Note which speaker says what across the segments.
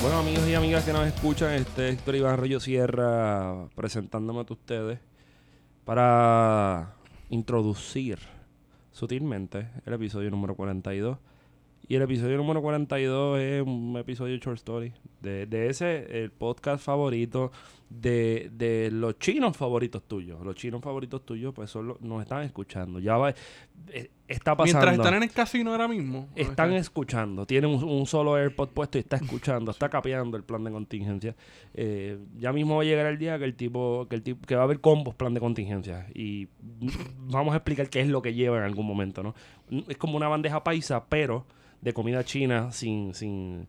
Speaker 1: Bueno, amigos y amigas que nos escuchan, este es Héctor Iván Arroyo Sierra presentándome a ustedes para introducir sutilmente el episodio número 42. Y el episodio número 42 es un episodio de short story. De, de ese, el podcast favorito de, de los chinos favoritos tuyos. Los chinos favoritos tuyos, pues son los- nos están escuchando. Ya va, eh, está pasando.
Speaker 2: Mientras están en el casino ahora mismo.
Speaker 1: Están
Speaker 2: en
Speaker 1: escuchando, tienen un, un solo AirPod puesto y está escuchando, está capeando el plan de contingencia. Eh, ya mismo va a llegar el día que el tipo, que el tipo, que va a haber combos plan de contingencia. Y vamos a explicar qué es lo que lleva en algún momento, ¿no? Es como una bandeja paisa, pero de comida china sin, sin,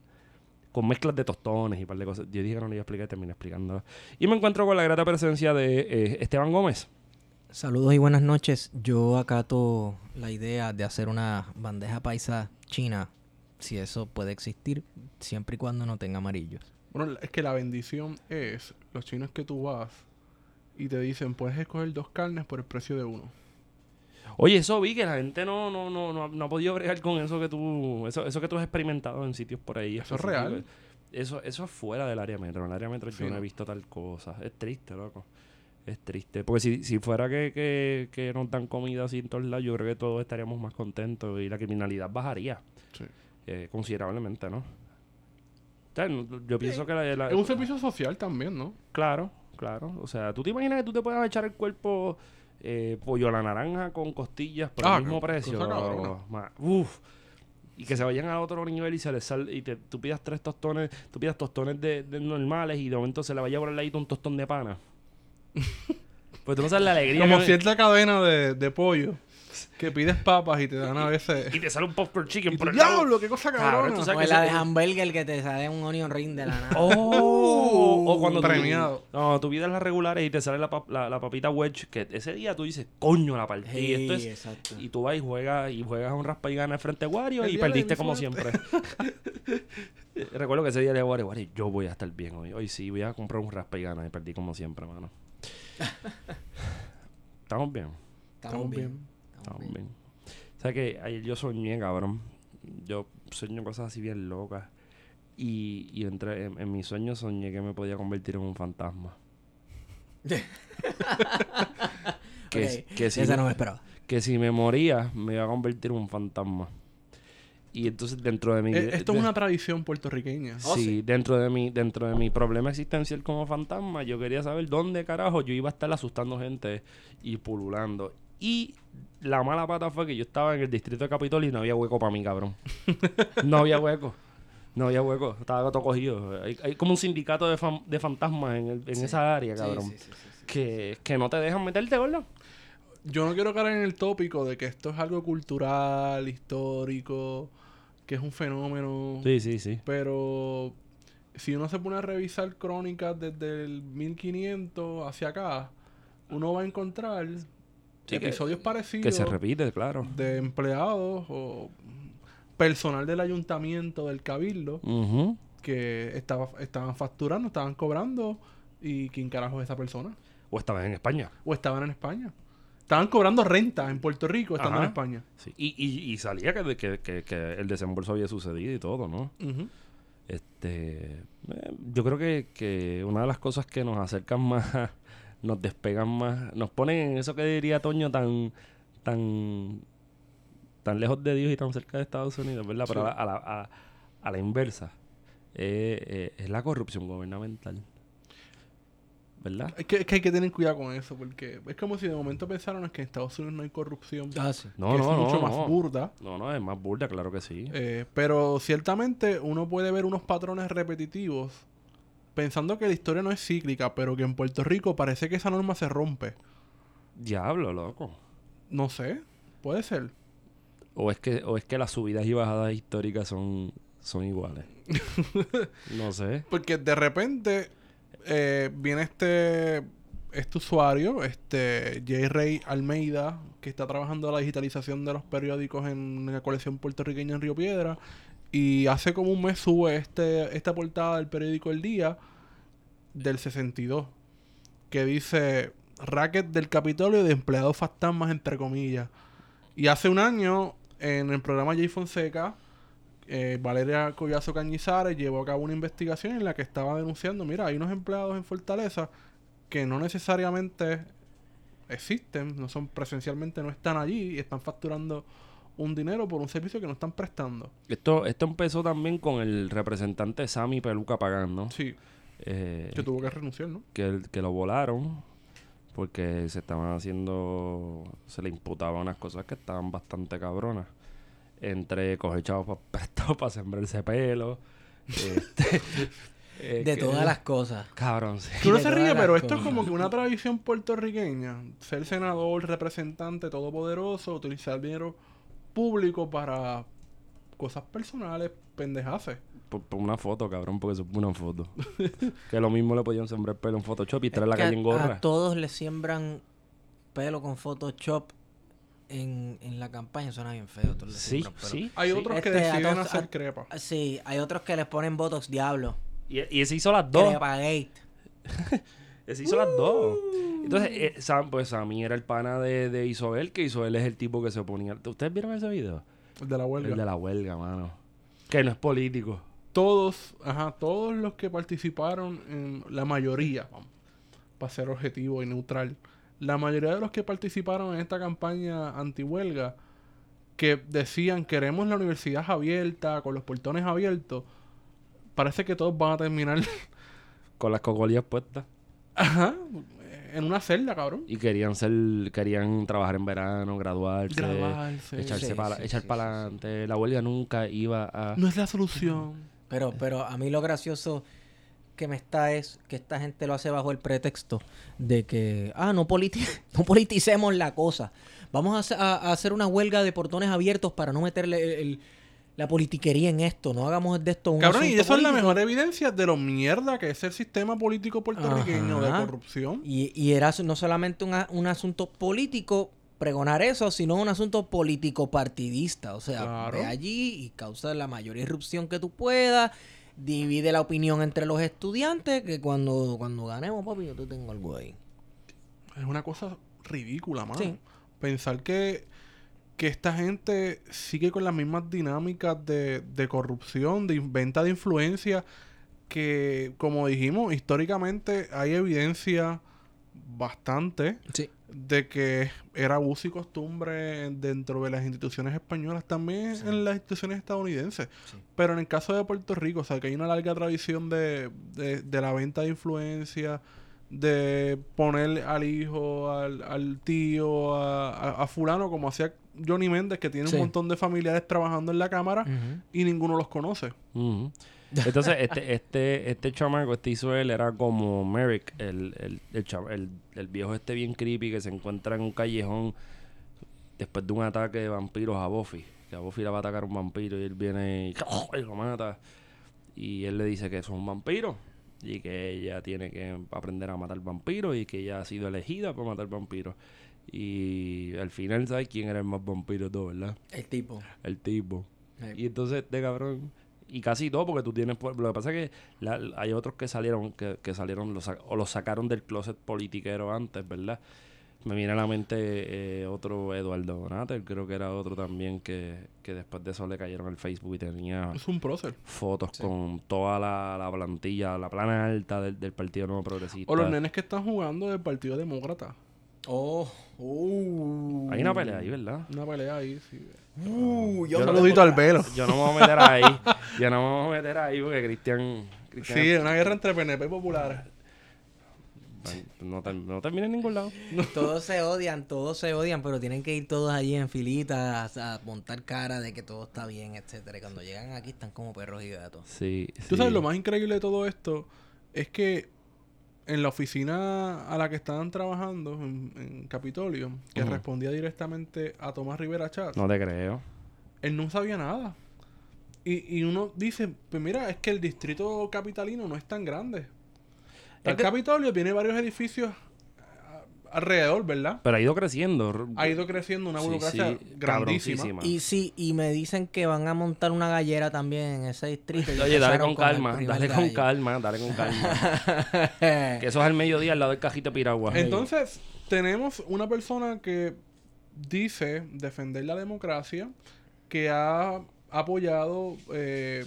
Speaker 1: con mezclas de tostones y par de cosas. Yo dije que no le iba a explicar, terminé explicando. Y me encuentro con la grata presencia de eh, Esteban Gómez.
Speaker 3: Saludos y buenas noches. Yo acato la idea de hacer una bandeja paisa china, si eso puede existir, siempre y cuando no tenga amarillos.
Speaker 2: Bueno, la- es que la bendición es los chinos que tú vas y te dicen, puedes escoger dos carnes por el precio de uno.
Speaker 1: Oye, eso vi que la gente no, no, no, no, ha- no ha podido bregar con eso que tú, eso, eso que tú has experimentado en sitios por ahí.
Speaker 2: Eso es real.
Speaker 1: Eso, eso es fuera del área metro. En el área metro
Speaker 2: Sí,
Speaker 1: yo no he
Speaker 2: ¿no?
Speaker 1: visto tal cosa. Es triste, loco. Es triste. Porque si, si fuera que, que, que nos dan comida así en todos lados, yo creo que todos estaríamos más contentos y la criminalidad bajaría
Speaker 2: Sí.
Speaker 1: eh, considerablemente, ¿no? O sea, no- yo pienso que la, la-
Speaker 2: Es un servicio social también, ¿no?
Speaker 1: Claro, claro. O sea, ¿tú te imaginas que tú te puedas echar el cuerpo eh, pollo a la naranja con costillas por
Speaker 2: Ah,
Speaker 1: el mismo
Speaker 2: qué
Speaker 1: precio?
Speaker 2: cosa cabrona.
Speaker 1: Ma- Uf. Y que se vayan a otro nivel y se les sal, y te, tú pidas tres tostones, tú pidas tostones de, de normales y de momento se le vaya por el ladito un tostón de pana. pues tú no sabes la alegría.
Speaker 2: Como
Speaker 1: que-
Speaker 2: cierta cadena de, de pollo que pides papas y te dan a veces...
Speaker 1: Y te sale un popcorn chicken
Speaker 2: Y tú,
Speaker 1: por el lado.
Speaker 2: ¡Diablo! ¡Qué cosa
Speaker 1: Cabrón,
Speaker 2: cabrona!
Speaker 1: tú sabes- O sea,
Speaker 3: O
Speaker 1: que
Speaker 3: la
Speaker 1: se-
Speaker 3: de hamburger que te sale un onion ring de la nada.
Speaker 1: Oh, o cuando tú-
Speaker 2: Premiado.
Speaker 1: no, tú pides las regulares y te sale la, pap- la, la papita wedge que ese día tú dices, coño, la partí.
Speaker 3: Sí,
Speaker 1: esto es
Speaker 3: exacto.
Speaker 1: Y tú vas y juegas y juegas un raspa y ganas frente a Wario
Speaker 2: El
Speaker 1: y
Speaker 2: día de
Speaker 1: perdiste
Speaker 2: mi
Speaker 1: como
Speaker 2: suerte.
Speaker 1: siempre. Eh, Recuerdo que ese día le digo a Wario, Wario, yo voy a estar bien hoy. Hoy sí, voy a comprar un raspa y ganas y perdí como siempre, mano. Estamos bien,
Speaker 3: Estamos bien.
Speaker 1: estamos bien. O sea que ayer yo soñé, cabrón. Yo sueño cosas así bien locas. Y, y entre, en, en mi sueño soñé que me podía convertir en un fantasma. que,
Speaker 3: Ok,
Speaker 1: que si
Speaker 3: Esa
Speaker 1: me-
Speaker 3: no me esperaba.
Speaker 1: que si me moría me iba a convertir en un fantasma. Y entonces dentro de mi
Speaker 2: Eh, esto es
Speaker 1: de-
Speaker 2: una tradición puertorriqueña.
Speaker 1: Sí, dentro de mi dentro de mi problema existencial como fantasma, yo quería saber dónde carajo yo iba a estar asustando gente y pululando. Y la mala pata fue que yo estaba en el distrito de Capitolio y no había hueco para mí, cabrón. no había hueco. No había hueco, estaba todo cogido. Hay, hay como un sindicato de, fan- de fantasmas en, el- en
Speaker 3: Sí.
Speaker 1: esa área,
Speaker 3: Sí,
Speaker 1: cabrón.
Speaker 3: sí, sí, sí, sí.
Speaker 1: Que, que no te dejan meterte, ¿verdad?
Speaker 2: Yo no quiero caer en el tópico de que esto es algo cultural, histórico, que es un fenómeno.
Speaker 1: Sí, sí, sí.
Speaker 2: Pero si uno se pone a revisar crónicas desde el 1500 hacia acá, uno va a encontrar
Speaker 1: Sí, que-
Speaker 2: episodios parecidos
Speaker 1: Que se repite, claro.
Speaker 2: de empleados o personal del ayuntamiento, del cabildo,
Speaker 1: Ujú.
Speaker 2: que estaba, estaban facturando, estaban cobrando y quién carajo es esa persona.
Speaker 1: O estabas en España.
Speaker 2: O estaban en España. Estaban cobrando renta en Puerto Rico estando
Speaker 1: Ajá.
Speaker 2: en España.
Speaker 1: Sí. Y, y, y salía que, que- que- que el desembolso había sucedido y todo, ¿no?
Speaker 2: Ujú.
Speaker 1: Este, eh, yo creo que, que una de las cosas que nos acercan más, nos despegan más, nos ponen en eso que diría Toño tan, tan, tan lejos de Dios y tan cerca de Estados Unidos, ¿verdad? Pero a, la, a la- a- a la inversa, eh, eh, es la corrupción gubernamental, ¿verdad?
Speaker 2: Es, que, es que hay que tener cuidado con eso, porque es como si de momento pensaron que en Estados Unidos no hay corrupción.
Speaker 3: Ah, sí.
Speaker 1: No,
Speaker 2: que
Speaker 1: no,
Speaker 2: es
Speaker 1: no,
Speaker 2: mucho más
Speaker 1: no.
Speaker 2: burda.
Speaker 1: No, no, es más burda, claro que sí.
Speaker 2: Eh, pero ciertamente uno puede ver unos patrones repetitivos pensando que la historia no es cíclica, pero que en Puerto Rico parece que esa norma se rompe.
Speaker 1: Diablo, loco.
Speaker 2: No sé, puede ser.
Speaker 1: O es que, o es que las subidas y bajadas históricas son, son iguales. No sé.
Speaker 2: Porque de repente eh, viene este, este usuario, este J. Ray Almeida, que está trabajando la digitalización de los periódicos en la colección puertorriqueña en Río Piedra. Y hace como un mes sube este, esta portada del periódico El Día del 62, que dice racket del Capitolio de empleados fantasmas, entre comillas. Y hace un año, en el programa Jay Fonseca, eh, Valeria Collazo Cañizares llevó a cabo una investigación en la que estaba denunciando, mira, hay unos empleados en Fortaleza que no necesariamente existen, no son presencialmente, no están allí y están facturando un dinero por un servicio que no están prestando.
Speaker 1: Esto, esto empezó también con el representante Sammy Peluca Pagán, ¿no?
Speaker 2: Sí,
Speaker 1: Eh,
Speaker 2: que tuvo que renunciar, ¿no?
Speaker 1: que, el- que lo volaron porque se estaban haciendo, se le imputaban unas cosas que estaban bastante cabronas. Entre coger chavos para para sembrarse pelo. este, eh,
Speaker 3: De
Speaker 1: que-
Speaker 3: todas las cosas.
Speaker 1: Cabrón, sí.
Speaker 2: Tú no
Speaker 3: de
Speaker 2: se
Speaker 3: todas
Speaker 2: ríe,
Speaker 3: las
Speaker 2: pero esto es
Speaker 3: cosas.
Speaker 2: como que una tradición puertorriqueña. Ser senador, representante, todopoderoso, utilizar dinero público para cosas personales, pendejaces.
Speaker 1: Por, por una foto, cabrón, porque eso fue una foto. que lo mismo le podían sembrar pelo en Photoshop y traer la
Speaker 3: Es que
Speaker 1: calle en
Speaker 3: a-
Speaker 1: gorra.
Speaker 3: A todos le siembran pelo con Photoshop en, en la campaña. Suena bien feo. todos le
Speaker 1: Sí,
Speaker 3: siembran pelo.
Speaker 1: sí.
Speaker 2: Hay
Speaker 1: sí.
Speaker 2: otros que
Speaker 3: Este, a
Speaker 2: deciden
Speaker 3: todos-
Speaker 2: hacer
Speaker 3: a-
Speaker 2: crepa.
Speaker 3: Sí, hay otros que les ponen Botox Diablo.
Speaker 1: Y, y se hizo las dos.
Speaker 3: Crepagate.
Speaker 1: Se hizo las dos.
Speaker 3: Uh.
Speaker 1: Entonces, eh, Sam, pues Sammy era el pana de, de Isobel, que Isobel es el tipo que se ponía. ¿Ustedes vieron ese video?
Speaker 2: El de la huelga.
Speaker 1: El de la huelga, mano. Que no es político.
Speaker 2: Todos, ajá, todos los que participaron, en la mayoría, para ser objetivo y neutral, la mayoría de los que participaron en esta campaña antihuelga, que decían queremos la universidad abierta, con los portones abiertos, parece que todos van a terminar
Speaker 1: Con las cocolías puestas.
Speaker 2: ajá, en una celda, cabrón.
Speaker 1: Y querían ser, querían trabajar en verano, graduarse,
Speaker 2: Grabarse.
Speaker 1: echarse
Speaker 3: Sí,
Speaker 1: para,
Speaker 3: sí,
Speaker 1: echar
Speaker 3: sí,
Speaker 1: para
Speaker 3: sí, sí.
Speaker 1: adelante. La huelga nunca iba a.
Speaker 2: No es la solución.
Speaker 3: Pero, pero a mí lo gracioso que me está es que esta gente lo hace bajo el pretexto de que, ah, no, politi- no politicemos la cosa. Vamos a hace- a, a hacer una huelga de portones abiertos para no meterle el- el- la politiquería en esto. No hagamos de esto un
Speaker 2: Cabrón, y
Speaker 3: asunto
Speaker 2: eso es la
Speaker 3: político.
Speaker 2: mejor evidencia de lo mierda que es el sistema político puertorriqueño
Speaker 3: Ajá.
Speaker 2: de corrupción.
Speaker 3: Y, y era su- no solamente un, a- un asunto político pregonar eso, sino un asunto político partidista. O sea,
Speaker 2: Claro.
Speaker 3: ve allí y causa la mayor irrupción que tú puedas. Divide la opinión entre los estudiantes, que cuando, cuando ganemos, papi, yo te tengo algo ahí.
Speaker 2: Es una cosa ridícula, mano.
Speaker 3: Sí.
Speaker 2: Pensar que, que esta gente sigue con las mismas dinámicas de, de corrupción, de in- venta de influencia, que, como dijimos, históricamente hay evidencia bastante
Speaker 3: Sí.
Speaker 2: de que era abuso y costumbre dentro de las instituciones españolas, también en las instituciones estadounidenses.
Speaker 3: Sí.
Speaker 2: Pero en el caso de Puerto Rico, o sea, que hay una larga tradición de, de, de la venta de influencia, de poner al hijo, al, al tío, a, a- a fulano, como hacía Johnny Méndez, que tiene
Speaker 3: Sí.
Speaker 2: un montón de familiares trabajando en la cámara y ninguno los conoce.
Speaker 1: Ujú. Entonces, este, este, este chamaco, este Israel, era como Merrick, el, el, el, chama- el- el viejo este bien creepy que se encuentra en un callejón después de un ataque de vampiros a Buffy. Que a Buffy la va a atacar un vampiro y él viene y, y lo mata. Y él le dice que es un vampiro y que ella tiene que aprender a matar vampiros y que ella ha sido elegida para matar vampiros. Y al final, ¿sabes quién era el más vampiro de todos, verdad?
Speaker 3: El tipo.
Speaker 1: El tipo.
Speaker 2: Eh,
Speaker 3: Sí.
Speaker 1: Y entonces este cabrón. Y casi todo, porque tú tienes. pu- Lo que pasa es que la- hay otros que salieron, que, que salieron los sa- o los sacaron del closet politiquero antes, ¿verdad? Me viene a la mente eh, otro Eduardo Donatel, creo que era otro también que, que después de eso le cayeron al Facebook y tenía
Speaker 2: Es un prócer.
Speaker 1: fotos con toda la, la plantilla, la plana alta del, del Partido Nuevo Progresista.
Speaker 2: O los nenes que están jugando del Partido Demócrata.
Speaker 3: Oh, uh.
Speaker 1: Hay una pelea ahí, ¿verdad?
Speaker 2: Una pelea ahí, sí.
Speaker 3: Uh,
Speaker 1: Yo
Speaker 3: yo
Speaker 2: Un
Speaker 3: no-
Speaker 1: lo-
Speaker 2: saludito al velo.
Speaker 1: Yo no me voy a meter ahí. yo no me voy a meter ahí porque Cristian. Cristian
Speaker 2: Sí, una guerra entre PNP y populares.
Speaker 1: No, ter- no termina en ningún lado.
Speaker 3: todos se odian, todos se odian, pero tienen que ir todos allí en filita a, a montar cara de que todo está bien, etcétera. Y cuando llegan aquí están como perros y gatos.
Speaker 1: Sí.
Speaker 2: Tú sabes, lo más increíble de todo esto es que en la oficina a la que estaban trabajando, en, en Capitolio, que
Speaker 1: Ujú.
Speaker 2: respondía directamente a Tomás Rivera Chat,
Speaker 1: No te creo.
Speaker 2: él no sabía nada. Y, y uno dice, pues mira, es que el distrito capitalino no es tan grande.
Speaker 1: Es
Speaker 2: El
Speaker 1: que-
Speaker 2: Capitolio tiene varios edificios ah, alrededor, ¿verdad?
Speaker 1: Pero ha ido creciendo.
Speaker 2: Ha ido creciendo una
Speaker 1: Sí,
Speaker 2: burocracia
Speaker 1: sí,
Speaker 2: grandísima.
Speaker 1: cabroncísima.
Speaker 3: Y sí, y me dicen que van a montar una gallera también en ese distrito. y
Speaker 1: Oye, dale
Speaker 3: empezaron
Speaker 1: con
Speaker 3: el
Speaker 1: calma,
Speaker 3: primer
Speaker 1: dale con
Speaker 3: gallo.
Speaker 1: calma, dale con calma.
Speaker 3: Eh.
Speaker 1: que eso es al mediodía al lado del cajito piragua.
Speaker 2: Entonces, tenemos una persona que dice defender la democracia, que ha apoyado eh,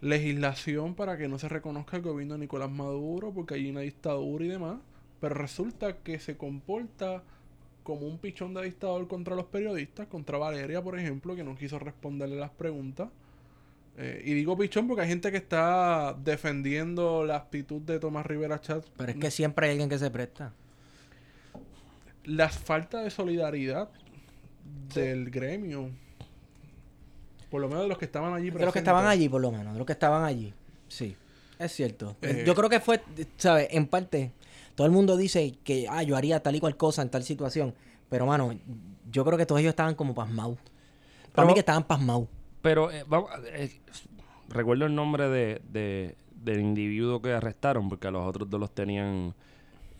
Speaker 2: legislación para que no se reconozca el gobierno de Nicolás Maduro, porque hay una dictadura y demás, pero resulta que se comporta como un pichón de dictador contra los periodistas, contra Valeria, por ejemplo, que no quiso responderle las preguntas. Eh, y digo pichón porque hay gente que está defendiendo la actitud de Tomás Rivera Chat
Speaker 3: Pero es que siempre hay alguien que se presta.
Speaker 2: la falta de solidaridad del gremio. Por lo menos de los que estaban allí.
Speaker 3: De los que estaban allí, por lo menos. De los que estaban allí. Sí, es cierto.
Speaker 2: Eh,
Speaker 3: yo creo que fue, ¿sabes? En parte, todo el mundo dice que, ah, yo haría tal y cual cosa en tal situación. Pero, mano, yo creo que todos ellos estaban como pasmados. Para
Speaker 1: Pero-
Speaker 3: mí que estaban pasmados.
Speaker 1: Pero eh, vamos, eh, recuerdo el nombre de, de- del individuo que arrestaron, porque a los otros dos los tenían,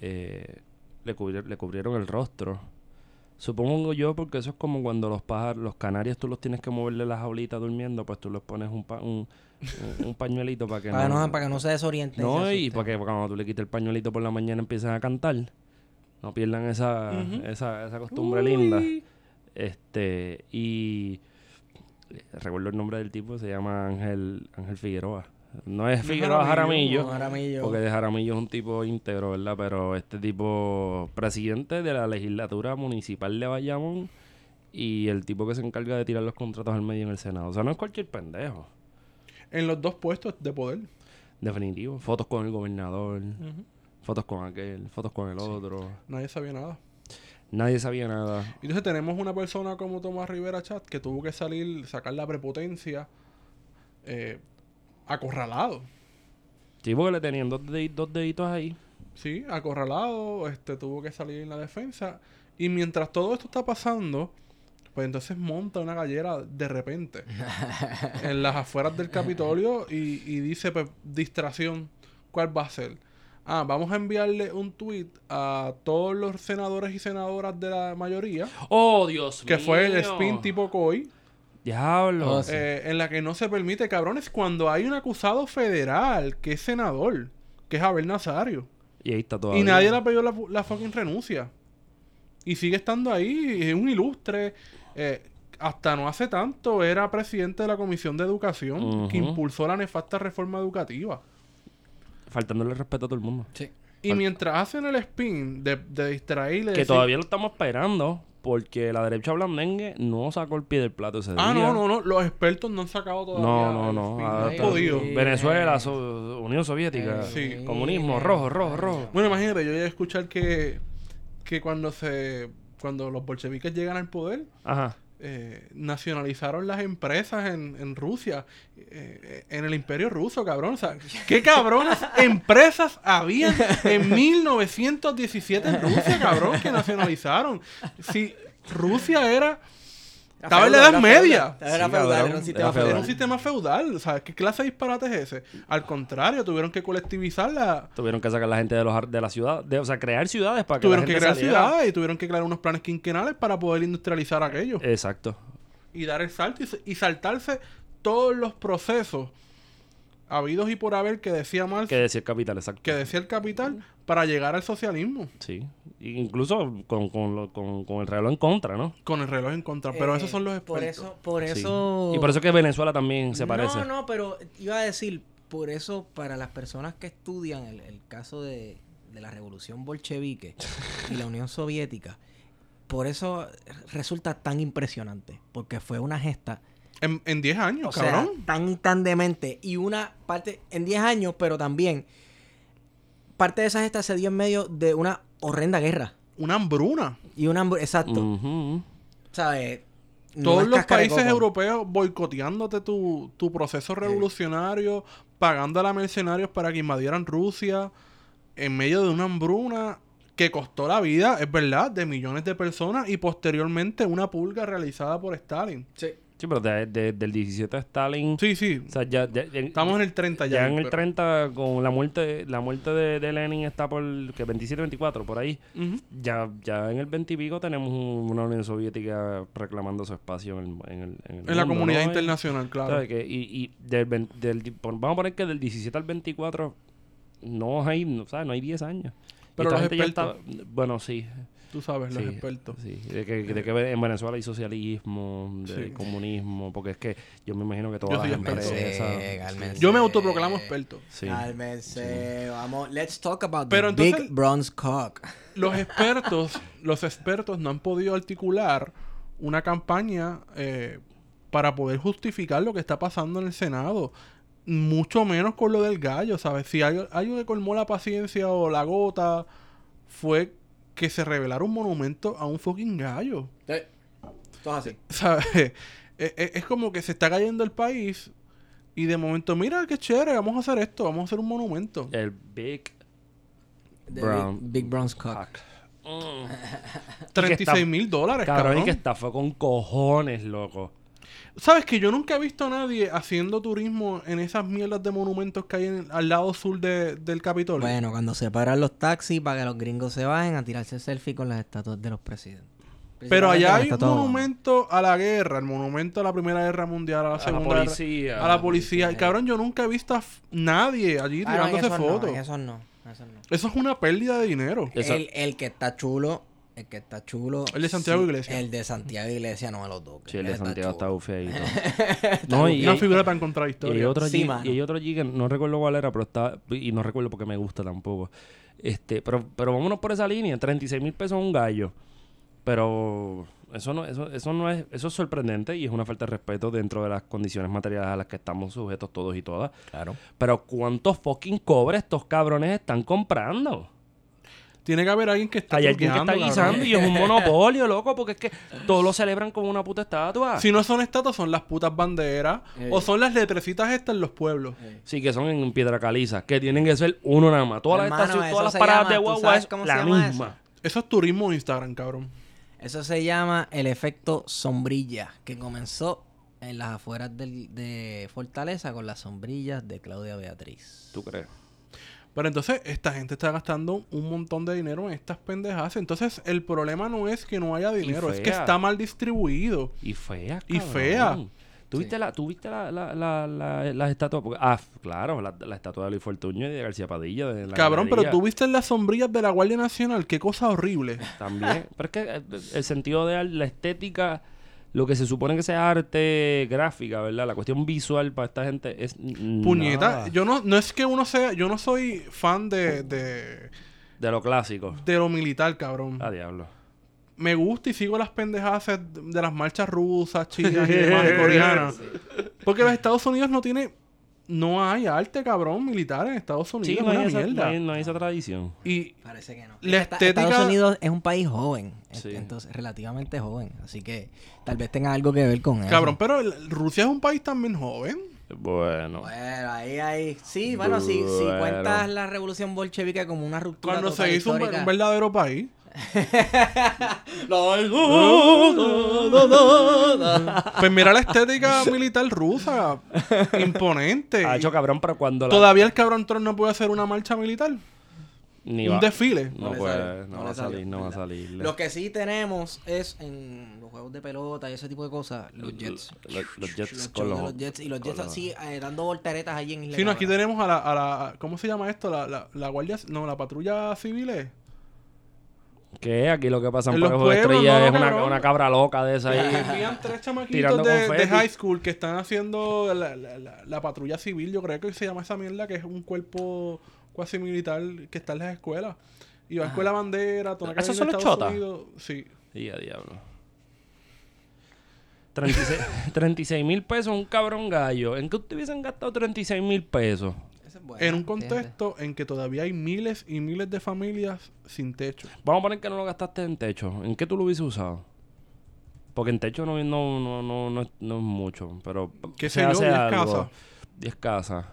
Speaker 1: eh, le, cubri- le cubrieron el rostro. Supongo yo, porque eso es como cuando los pájaros, los canarios, tú los tienes que moverle las jaulitas durmiendo, pues tú les pones un, pa- un, un- un pañuelito para que
Speaker 3: Para, no, para que no se desorienten.
Speaker 1: no,
Speaker 3: se
Speaker 1: y
Speaker 3: asusten.
Speaker 1: para que cuando tú le quites el pañuelito por la mañana empiecen a cantar. No pierdan esa, esa, esa costumbre linda. Este, y eh, recuerdo el nombre del tipo, se llama Ángel, Ángel Figueroa. No es Figueroa Jaramillo,
Speaker 2: Jaramillo.
Speaker 3: No, Jaramillo.
Speaker 1: porque de Jaramillo es un tipo íntegro, ¿verdad? Pero este tipo, presidente de la legislatura municipal de Bayamón y el tipo que se encarga de tirar los contratos al medio en el Senado. O sea, no es cualquier pendejo.
Speaker 2: En los dos puestos de poder.
Speaker 1: Definitivo. Fotos con el gobernador, fotos con aquel, fotos con el otro.
Speaker 2: Nadie sabía nada.
Speaker 1: Nadie sabía nada.
Speaker 2: Entonces tenemos una persona como Tomás Rivera Chat que tuvo que salir, sacar la prepotencia eh, acorralado.
Speaker 1: Sí, porque le tenían dos, dedi- dos deditos ahí.
Speaker 2: Sí, acorralado, este, tuvo que salir en la defensa. Y mientras todo esto está pasando, pues entonces monta una gallera de repente en las afueras del Capitolio y, y dice, pues, distracción, ¿cuál va a ser? Ah, vamos a enviarle un tweet a todos los senadores y senadoras de la mayoría,
Speaker 1: ¡Oh, Dios
Speaker 2: que
Speaker 1: mío!
Speaker 2: fue el spin tipo COI,
Speaker 1: Diablo.
Speaker 3: Oh, sí.
Speaker 2: eh, en la que no se permite, cabrones, cuando hay un acusado federal que es senador, que es Abel Nazario.
Speaker 1: Y ahí está todo.
Speaker 2: Y nadie le ha pedido la, fu- la fucking renuncia. Y sigue estando ahí, es un ilustre. eh, hasta no hace tanto era presidente de la Comisión de Educación que
Speaker 1: Ujú.
Speaker 2: impulsó la nefasta reforma educativa.
Speaker 1: Faltándole el respeto a todo el mundo.
Speaker 3: Sí.
Speaker 2: Y mientras hacen el spin de, de distraerle...
Speaker 1: Que todavía lo estamos esperando porque la derecha blandengue no sacó el pie del plato ese
Speaker 2: Ah,
Speaker 1: día.
Speaker 2: no, no, no. Los expertos no han sacado todavía
Speaker 1: No, no,
Speaker 2: el
Speaker 1: no.
Speaker 2: spin,
Speaker 1: Ah,
Speaker 2: han
Speaker 1: está-
Speaker 2: podido.
Speaker 1: Venezuela, so- Unión Soviética,
Speaker 2: Eh, sí.
Speaker 1: comunismo, rojo, rojo, rojo.
Speaker 2: Bueno, imagínate, yo llegué a escuchar que, que cuando se... Cuando los bolcheviques llegan al poder,
Speaker 1: Ajá.
Speaker 2: eh, nacionalizaron las empresas en, en Rusia, eh, en el imperio ruso, cabrón. O sea, ¿qué cabronas empresas había en 1917 en Rusia, cabrón, que nacionalizaron? Si Rusia era... Estaba en la Edad Media.
Speaker 3: Era
Speaker 1: Sí,
Speaker 3: feudal, era
Speaker 1: cabrón,
Speaker 3: un sistema
Speaker 1: era
Speaker 2: Era un
Speaker 3: feudal.
Speaker 2: sistema feudal. O sea, ¿qué clase de disparate es ese? Al contrario, tuvieron que colectivizar la...
Speaker 1: Tuvieron que sacar la gente de, los, ar- de la ciudad. de- o sea, crear ciudades para que
Speaker 2: Tuvieron
Speaker 1: la
Speaker 2: que
Speaker 1: gente
Speaker 2: crear
Speaker 1: saliera.
Speaker 2: ciudades y tuvieron que crear unos planes quinquenales para poder industrializar aquello.
Speaker 1: Exacto.
Speaker 2: y dar el salto y, s- y saltarse todos los procesos habidos y por haber que decía Marx,
Speaker 1: Que
Speaker 2: que,
Speaker 1: decir capital, exacto.
Speaker 2: decía el capital, para llegar al socialismo
Speaker 1: Sí. Y Incluso con, con, lo- con, con el reloj en contra, ¿no?
Speaker 2: con el reloj en contra. Pero esos son los
Speaker 3: Eh, Por
Speaker 2: expertos.
Speaker 3: eso, por
Speaker 1: Sí.
Speaker 3: eso...
Speaker 1: Y por eso es que Venezuela también se parece.
Speaker 3: No, no, pero iba a decir, por eso para las personas que estudian el, el caso de, de la revolución bolchevique y la Unión Soviética, por eso resulta tan impresionante, porque fue una gesta,
Speaker 2: En en 10 años,
Speaker 3: o sea,
Speaker 2: cabrón.
Speaker 3: tan, tan demente, y una parte, en 10 años, pero también, parte de esa gesta se dio en medio de una horrenda guerra.
Speaker 2: Una hambruna.
Speaker 3: Y una... hambre- Exacto.
Speaker 1: Mm. Ujú.
Speaker 3: ¿Sabes? No
Speaker 2: Todos
Speaker 3: es
Speaker 2: los
Speaker 3: cáscara de
Speaker 2: países
Speaker 3: coco.
Speaker 2: europeos boicoteándote tu, tu proceso revolucionario, pagando a los mercenarios para que invadieran Rusia, en medio de una hambruna que costó la vida, es verdad, de millones de personas y posteriormente una pulga realizada por Stalin.
Speaker 3: Sí.
Speaker 1: Sí, pero de- de- del 17 a Stalin.
Speaker 2: Sí, sí.
Speaker 1: O sea, ya, ya- ya-
Speaker 2: Estamos en el 30 ya.
Speaker 1: ya en el
Speaker 2: pero-
Speaker 1: 30 con la muerte la muerte de, de Lenin está por que 27 24 por ahí.
Speaker 2: Ujú.
Speaker 1: Ya ya en el 20 y pico tenemos un- una Unión Soviética reclamando su espacio en el en, el- el
Speaker 2: En la
Speaker 1: mundo,
Speaker 2: comunidad
Speaker 1: ¿no?
Speaker 2: internacional, claro.
Speaker 1: ¿Sabes qué? Y, y del, vein- del di- por- vamos a poner que del 17 al 24 no hay, no, ¿sabes? no hay 10 años. Y
Speaker 2: Pero
Speaker 1: esta
Speaker 2: los
Speaker 1: gente ya
Speaker 2: expertos.
Speaker 1: está- bueno, sí.
Speaker 2: Tú sabes, los
Speaker 1: sí,
Speaker 2: expertos.
Speaker 1: sí. De que, de que en Venezuela hay socialismo, de
Speaker 2: Sí.
Speaker 1: comunismo, porque es que yo me imagino que
Speaker 2: Yo
Speaker 1: todas
Speaker 2: soy
Speaker 1: las
Speaker 2: experto.
Speaker 1: empresas...
Speaker 3: cálmense.
Speaker 2: Yo me autoproclamo experto.
Speaker 1: Sí.
Speaker 3: Cálmense, vamos. Let's talk about
Speaker 2: Pero
Speaker 3: the
Speaker 2: entonces-
Speaker 3: big bronze cock.
Speaker 2: Los expertos, los expertos no han podido articular una campaña eh, para poder justificar lo que está pasando en el Senado. Mucho menos con lo del gallo, ¿sabes? Si algo algo que colmó la paciencia o la gota fue que se revelara un monumento a un fucking gallo.
Speaker 3: Todo así.
Speaker 2: ¿Sabes? E- e- Es como que se está cayendo el país y de momento, mira qué chévere, vamos a hacer esto, vamos a hacer un monumento.
Speaker 1: El Big Brown.
Speaker 3: Big, big bronze cock.
Speaker 1: Hack. Mm.
Speaker 2: 36 mil dólares,
Speaker 1: Cabrón, y
Speaker 2: cabrón.
Speaker 1: que estafó con cojones, loco.
Speaker 2: ¿Sabes que yo nunca he visto a nadie haciendo turismo en esas mierdas de monumentos que hay en- al lado sur de- del Capitolio?
Speaker 3: Bueno, cuando se paran los taxis para que los gringos se bajen a tirarse selfie con las estatuas de los presidentes.
Speaker 2: Pero allá hay
Speaker 3: Principalmente
Speaker 2: un
Speaker 3: la estatua de Obama.
Speaker 2: monumento a la guerra, el monumento a la Primera Guerra Mundial, a la
Speaker 1: la
Speaker 2: Segunda Guerra-
Speaker 1: policía.
Speaker 2: a la policía. Y, cabrón, yo nunca he visto a f- nadie allí
Speaker 3: Ah, no, en
Speaker 2: tirándose
Speaker 3: esos
Speaker 2: fotos.
Speaker 3: No, en esos no, en esos no.
Speaker 2: Eso es una pérdida de dinero.
Speaker 1: Eso-
Speaker 3: El, el que está chulo, el que está chulo.
Speaker 2: El de Santiago Iglesias.
Speaker 3: El de Santiago Iglesias, no a los dos.
Speaker 1: Sí, el de Santiago está
Speaker 3: chulo.
Speaker 1: bufeadito. no, y,
Speaker 2: Una
Speaker 1: y,
Speaker 2: figura tan
Speaker 1: y hay
Speaker 2: contradictoria.
Speaker 1: otro
Speaker 3: Sí,
Speaker 1: allí,
Speaker 3: mano.
Speaker 1: y hay otro allí que no recuerdo cuál era, pero está... Y no recuerdo porque me gusta tampoco. Este, pero, pero vámonos por esa línea. 36 mil pesos un gallo. Pero... Eso no, eso, eso no es, eso es sorprendente y es una falta de respeto dentro de las condiciones materiales a las que estamos sujetos todos y todas.
Speaker 3: Claro.
Speaker 1: Pero cuántos fucking cobres estos cabrones están comprando.
Speaker 2: Tiene que haber alguien que está
Speaker 1: Hay alguien que está
Speaker 2: truqueando,
Speaker 1: guisando
Speaker 2: cabrón.
Speaker 1: y es un monopolio, loco, porque es que todos lo celebran como una puta estatua. Sí,
Speaker 2: Si no son estatuas, son las putas banderas.
Speaker 3: Eh.
Speaker 2: O son las letrecitas estas en los pueblos.
Speaker 1: que son en piedra caliza, que tienen que ser uno nada más. Todas las
Speaker 3: Hermano,
Speaker 1: estaciones,
Speaker 3: eso
Speaker 1: todas las
Speaker 3: se
Speaker 1: paradas
Speaker 3: llama-
Speaker 1: de
Speaker 3: ¿tú
Speaker 1: guagua
Speaker 3: sabes
Speaker 1: es
Speaker 3: cómo se
Speaker 1: la
Speaker 3: llama
Speaker 1: misma.
Speaker 2: Eso es turismo de Instagram, cabrón.
Speaker 3: Eso se llama el efecto sombrilla, que comenzó en las afueras del- de Fortaleza con las sombrillas de Claudia Beatriz.
Speaker 1: ¿Tú crees?
Speaker 2: Pero entonces esta gente está gastando un montón de dinero en estas pendejadas. Entonces el problema no es que no haya dinero, es que
Speaker 1: fea.
Speaker 2: está mal distribuido.
Speaker 1: Y fea,
Speaker 2: Y
Speaker 1: cabrón.
Speaker 2: fea.
Speaker 1: ¿Tú viste, la, tú viste la, la, la, la- las estatuas? Porque- ah, claro, la, la estatua de Luis Fortuño y de García Padilla. de la
Speaker 2: cabrón, pero
Speaker 1: ganadería.
Speaker 2: tú viste las sombrillas de la Guardia Nacional, qué cosa horrible.
Speaker 1: También. Pero es que eh, el sentido de la estética, lo que se supone que sea arte gráfica, ¿verdad? La cuestión visual para esta gente es. n-
Speaker 2: Puñeta,
Speaker 1: nada
Speaker 2: yo no, no es que uno sea, yo no soy fan de, de,
Speaker 1: De lo clásico.
Speaker 2: de lo militar, cabrón.
Speaker 1: A diablo.
Speaker 2: Me gusta y sigo las pendejadas de las marchas rusas, chinas y demás, coreanas. Porque los Estados Unidos no tiene, no hay arte, cabrón, militar en Estados Unidos.
Speaker 1: Sí,
Speaker 2: es
Speaker 1: no hay,
Speaker 2: una
Speaker 1: esa,
Speaker 2: mierda.
Speaker 1: no hay- no hay esa tradición.
Speaker 2: Y
Speaker 3: Parece que no.
Speaker 2: La
Speaker 3: Esta-
Speaker 2: estética-
Speaker 3: Estados Unidos es un país joven, ent-
Speaker 1: Sí.
Speaker 3: entonces relativamente joven, así que tal vez tenga algo que ver con eso.
Speaker 2: Cabrón, pero el- Rusia es un país también joven.
Speaker 1: Bueno.
Speaker 3: Bueno, ahí, ahí. Sí, bueno, si, si
Speaker 1: Bueno.
Speaker 3: cuentas la revolución bolchevique como una ruptura.
Speaker 2: Cuando
Speaker 3: total
Speaker 2: se hizo un, ver-
Speaker 3: histórica.
Speaker 2: un verdadero país. Pues mira la estética militar rusa. Imponente.
Speaker 1: Ha hecho cabrón, pero cuando la.
Speaker 2: Todavía el cabrón Trump no puede hacer una marcha militar.
Speaker 1: Ni
Speaker 2: un
Speaker 1: va-
Speaker 2: desfile.
Speaker 1: No,
Speaker 3: le
Speaker 1: puede,
Speaker 3: sale,
Speaker 1: no
Speaker 3: no
Speaker 1: va
Speaker 3: le
Speaker 1: a
Speaker 3: salió,
Speaker 1: salir, no va a
Speaker 3: ¿verdad?
Speaker 1: salir.
Speaker 3: Lo que sí tenemos es en los juegos de pelota y ese tipo de cosas, los Jets.
Speaker 1: Los, los
Speaker 3: Los
Speaker 1: Jets
Speaker 3: shows
Speaker 1: con
Speaker 3: de
Speaker 1: los.
Speaker 3: los Jets y los
Speaker 1: con
Speaker 3: Jets así eh, dando volteretas allí en Isla
Speaker 2: Sí, no, aquí
Speaker 3: Cabra.
Speaker 2: tenemos a la, a la- ¿Cómo se llama esto? La, la, la guardia. No, la patrulla civil. es.
Speaker 1: ¿Qué? Aquí lo que pasa en
Speaker 2: En los
Speaker 1: Pueblo de
Speaker 2: pueblos,
Speaker 1: Estrella
Speaker 2: no,
Speaker 1: es una,
Speaker 2: cabrón.
Speaker 1: una cabra loca de esa
Speaker 2: Y
Speaker 1: ahí.
Speaker 2: envían
Speaker 1: Tirando
Speaker 2: tres chamaquitos de,
Speaker 1: confeti.
Speaker 2: de high school que están haciendo la, la- la- la patrulla civil, yo creo que se llama esa mierda, que es un cuerpo cuasi militar que está en las escuelas. Y va a escuela bandera, Tona
Speaker 1: ¿Esos
Speaker 2: Carolina,
Speaker 1: son los
Speaker 2: Estados
Speaker 1: chotas?
Speaker 2: Unidos. Sí.
Speaker 1: Y a diablo. 36 mil pesos un cabrón gallo. ¿En qué usted hubiesen gastado 36 mil pesos?
Speaker 3: Ese es bueno,
Speaker 2: En un
Speaker 3: fíjate.
Speaker 2: contexto en que todavía hay miles y miles de familias sin techo.
Speaker 1: Vamos a poner que no lo gastaste en techo. ¿En qué tú lo hubieses usado? Porque en techo no, no, no, no, no es, no es mucho. Pero
Speaker 2: ¿Qué
Speaker 1: se
Speaker 2: sé yo?
Speaker 1: hace
Speaker 2: 10
Speaker 1: algo.
Speaker 2: casas.
Speaker 1: 10 casas.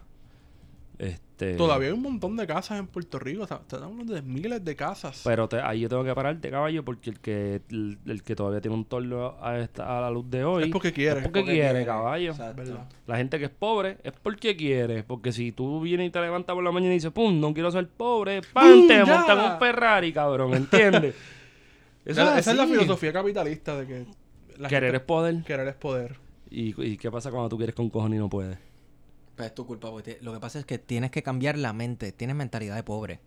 Speaker 1: Este,
Speaker 2: Todavía hay un montón de casas en Puerto Rico. o sea, Están hablando de miles de casas.
Speaker 1: Pero te- ahí yo tengo que pararte, caballo, porque el que, el, el que todavía tiene un torno a, esta- a la luz de hoy.
Speaker 2: es porque quieren.
Speaker 1: es porque- quiere, caballo?
Speaker 3: Exacto.
Speaker 2: ¿Verdad?
Speaker 1: La gente que es pobre es porque quiere. Porque si tú vienes y te levantas por la mañana y dices, pum, no quiero ser pobre, pan,
Speaker 2: ¡Pum,
Speaker 1: te
Speaker 2: ya!
Speaker 1: montan un Ferrari, cabrón, ¿entiendes? Eso
Speaker 2: Esa, esa es la
Speaker 1: así.
Speaker 2: filosofía capitalista de que la
Speaker 1: Querer es
Speaker 2: gente-
Speaker 1: poder.
Speaker 2: querer es poder.
Speaker 1: ¿Y, y qué pasa cuando tú quieres con cojones y no puedes?
Speaker 3: Pues es tu culpa, porque te- lo que pasa es que tienes que cambiar la mente, tienes mentalidad de pobre.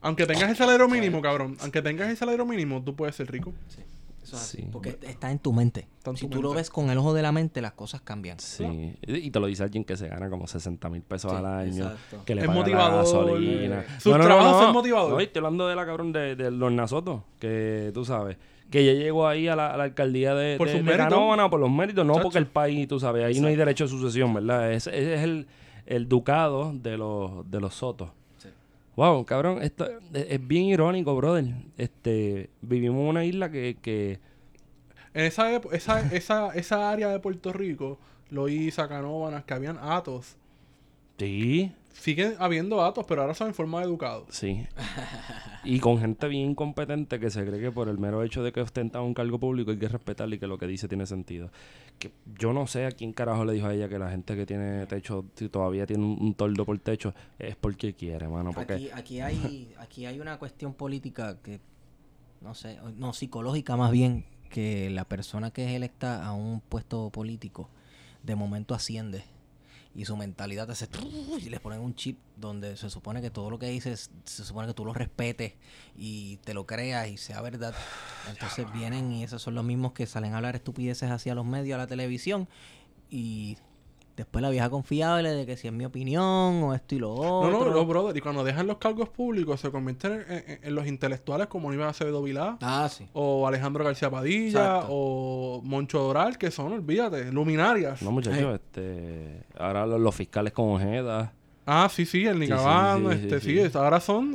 Speaker 2: Aunque tengas el salario mínimo, cabrón. Aunque tengas el salario mínimo, tú puedes ser rico.
Speaker 3: Eso es así,
Speaker 1: Sí.
Speaker 3: porque est- está en tu mente.
Speaker 2: Está en
Speaker 3: si
Speaker 2: tu
Speaker 3: tú lo
Speaker 2: mente.
Speaker 3: ves con el ojo de la mente, las cosas cambian.
Speaker 1: Sí. Y te lo dice alguien que se gana como 60 mil pesos
Speaker 3: Sí,
Speaker 1: al año.
Speaker 3: exacto.
Speaker 1: Que le
Speaker 2: Es
Speaker 1: paga la
Speaker 2: motivador,
Speaker 1: gasolina.
Speaker 2: eh, sus trabajos son motivadores.
Speaker 1: No, y estoy hablando de la cabrón de, de los nasotos. Que tú sabes. Que ya llegó ahí a la, a la alcaldía de,
Speaker 2: Por
Speaker 1: de-
Speaker 2: sus
Speaker 1: de
Speaker 2: méritos.
Speaker 1: Canóvana, por los méritos. No
Speaker 2: Chacho.
Speaker 1: porque el país, tú sabes. Ahí no hay derecho de sucesión, ¿verdad? Ese, ese es el, el ducado de los, de los sotos.
Speaker 3: Sí.
Speaker 1: Wow, cabrón, esto es, es bien irónico, brother. Este, vivimos en una isla que, que
Speaker 2: En esa, epo- esa, esa, esa área de Puerto Rico, Loíza, Canóvanas, que habían atos.
Speaker 1: sí,
Speaker 2: Siguen habiendo atos, pero ahora son en forma de educados.
Speaker 1: Sí. Y con gente bien incompetente que se cree que por el mero hecho de que ostenta un cargo público hay que respetarle y que lo que dice tiene sentido. Que yo no sé a quién carajo le dijo a ella que la gente que tiene techo, si todavía tiene un, un tordo por techo, es porque quiere, mano. Porque
Speaker 3: Aquí, aquí, hay, aquí hay una cuestión política que, no sé, o- no, psicológica más bien, que la persona que es electa a un puesto político de momento asciende y su mentalidad hace y le ponen un chip donde se supone que todo lo que dices se supone que tú lo respetes y te lo creas y sea verdad entonces vienen y esos son los mismos que salen a hablar estupideces hacia los medios a la televisión y después la vieja confiable de que si es mi opinión o esto y lo
Speaker 2: No,
Speaker 3: otro
Speaker 2: no, no, brother. Y cuando dejan los cargos públicos, se convierten en, en- en los intelectuales como Aníbal Acevedo Vilá.
Speaker 3: Ah, sí.
Speaker 2: O Alejandro García Padilla.
Speaker 3: Exacto.
Speaker 2: O Moncho Doral, que son, olvídate, luminarias.
Speaker 1: no, muchachos, este, ahora los, los fiscales con Ojeda,
Speaker 2: Ah, sí, sí, el
Speaker 1: sí,
Speaker 2: Nicabano,
Speaker 1: sí, sí,
Speaker 2: este,
Speaker 1: sí.
Speaker 2: sí, es- ahora son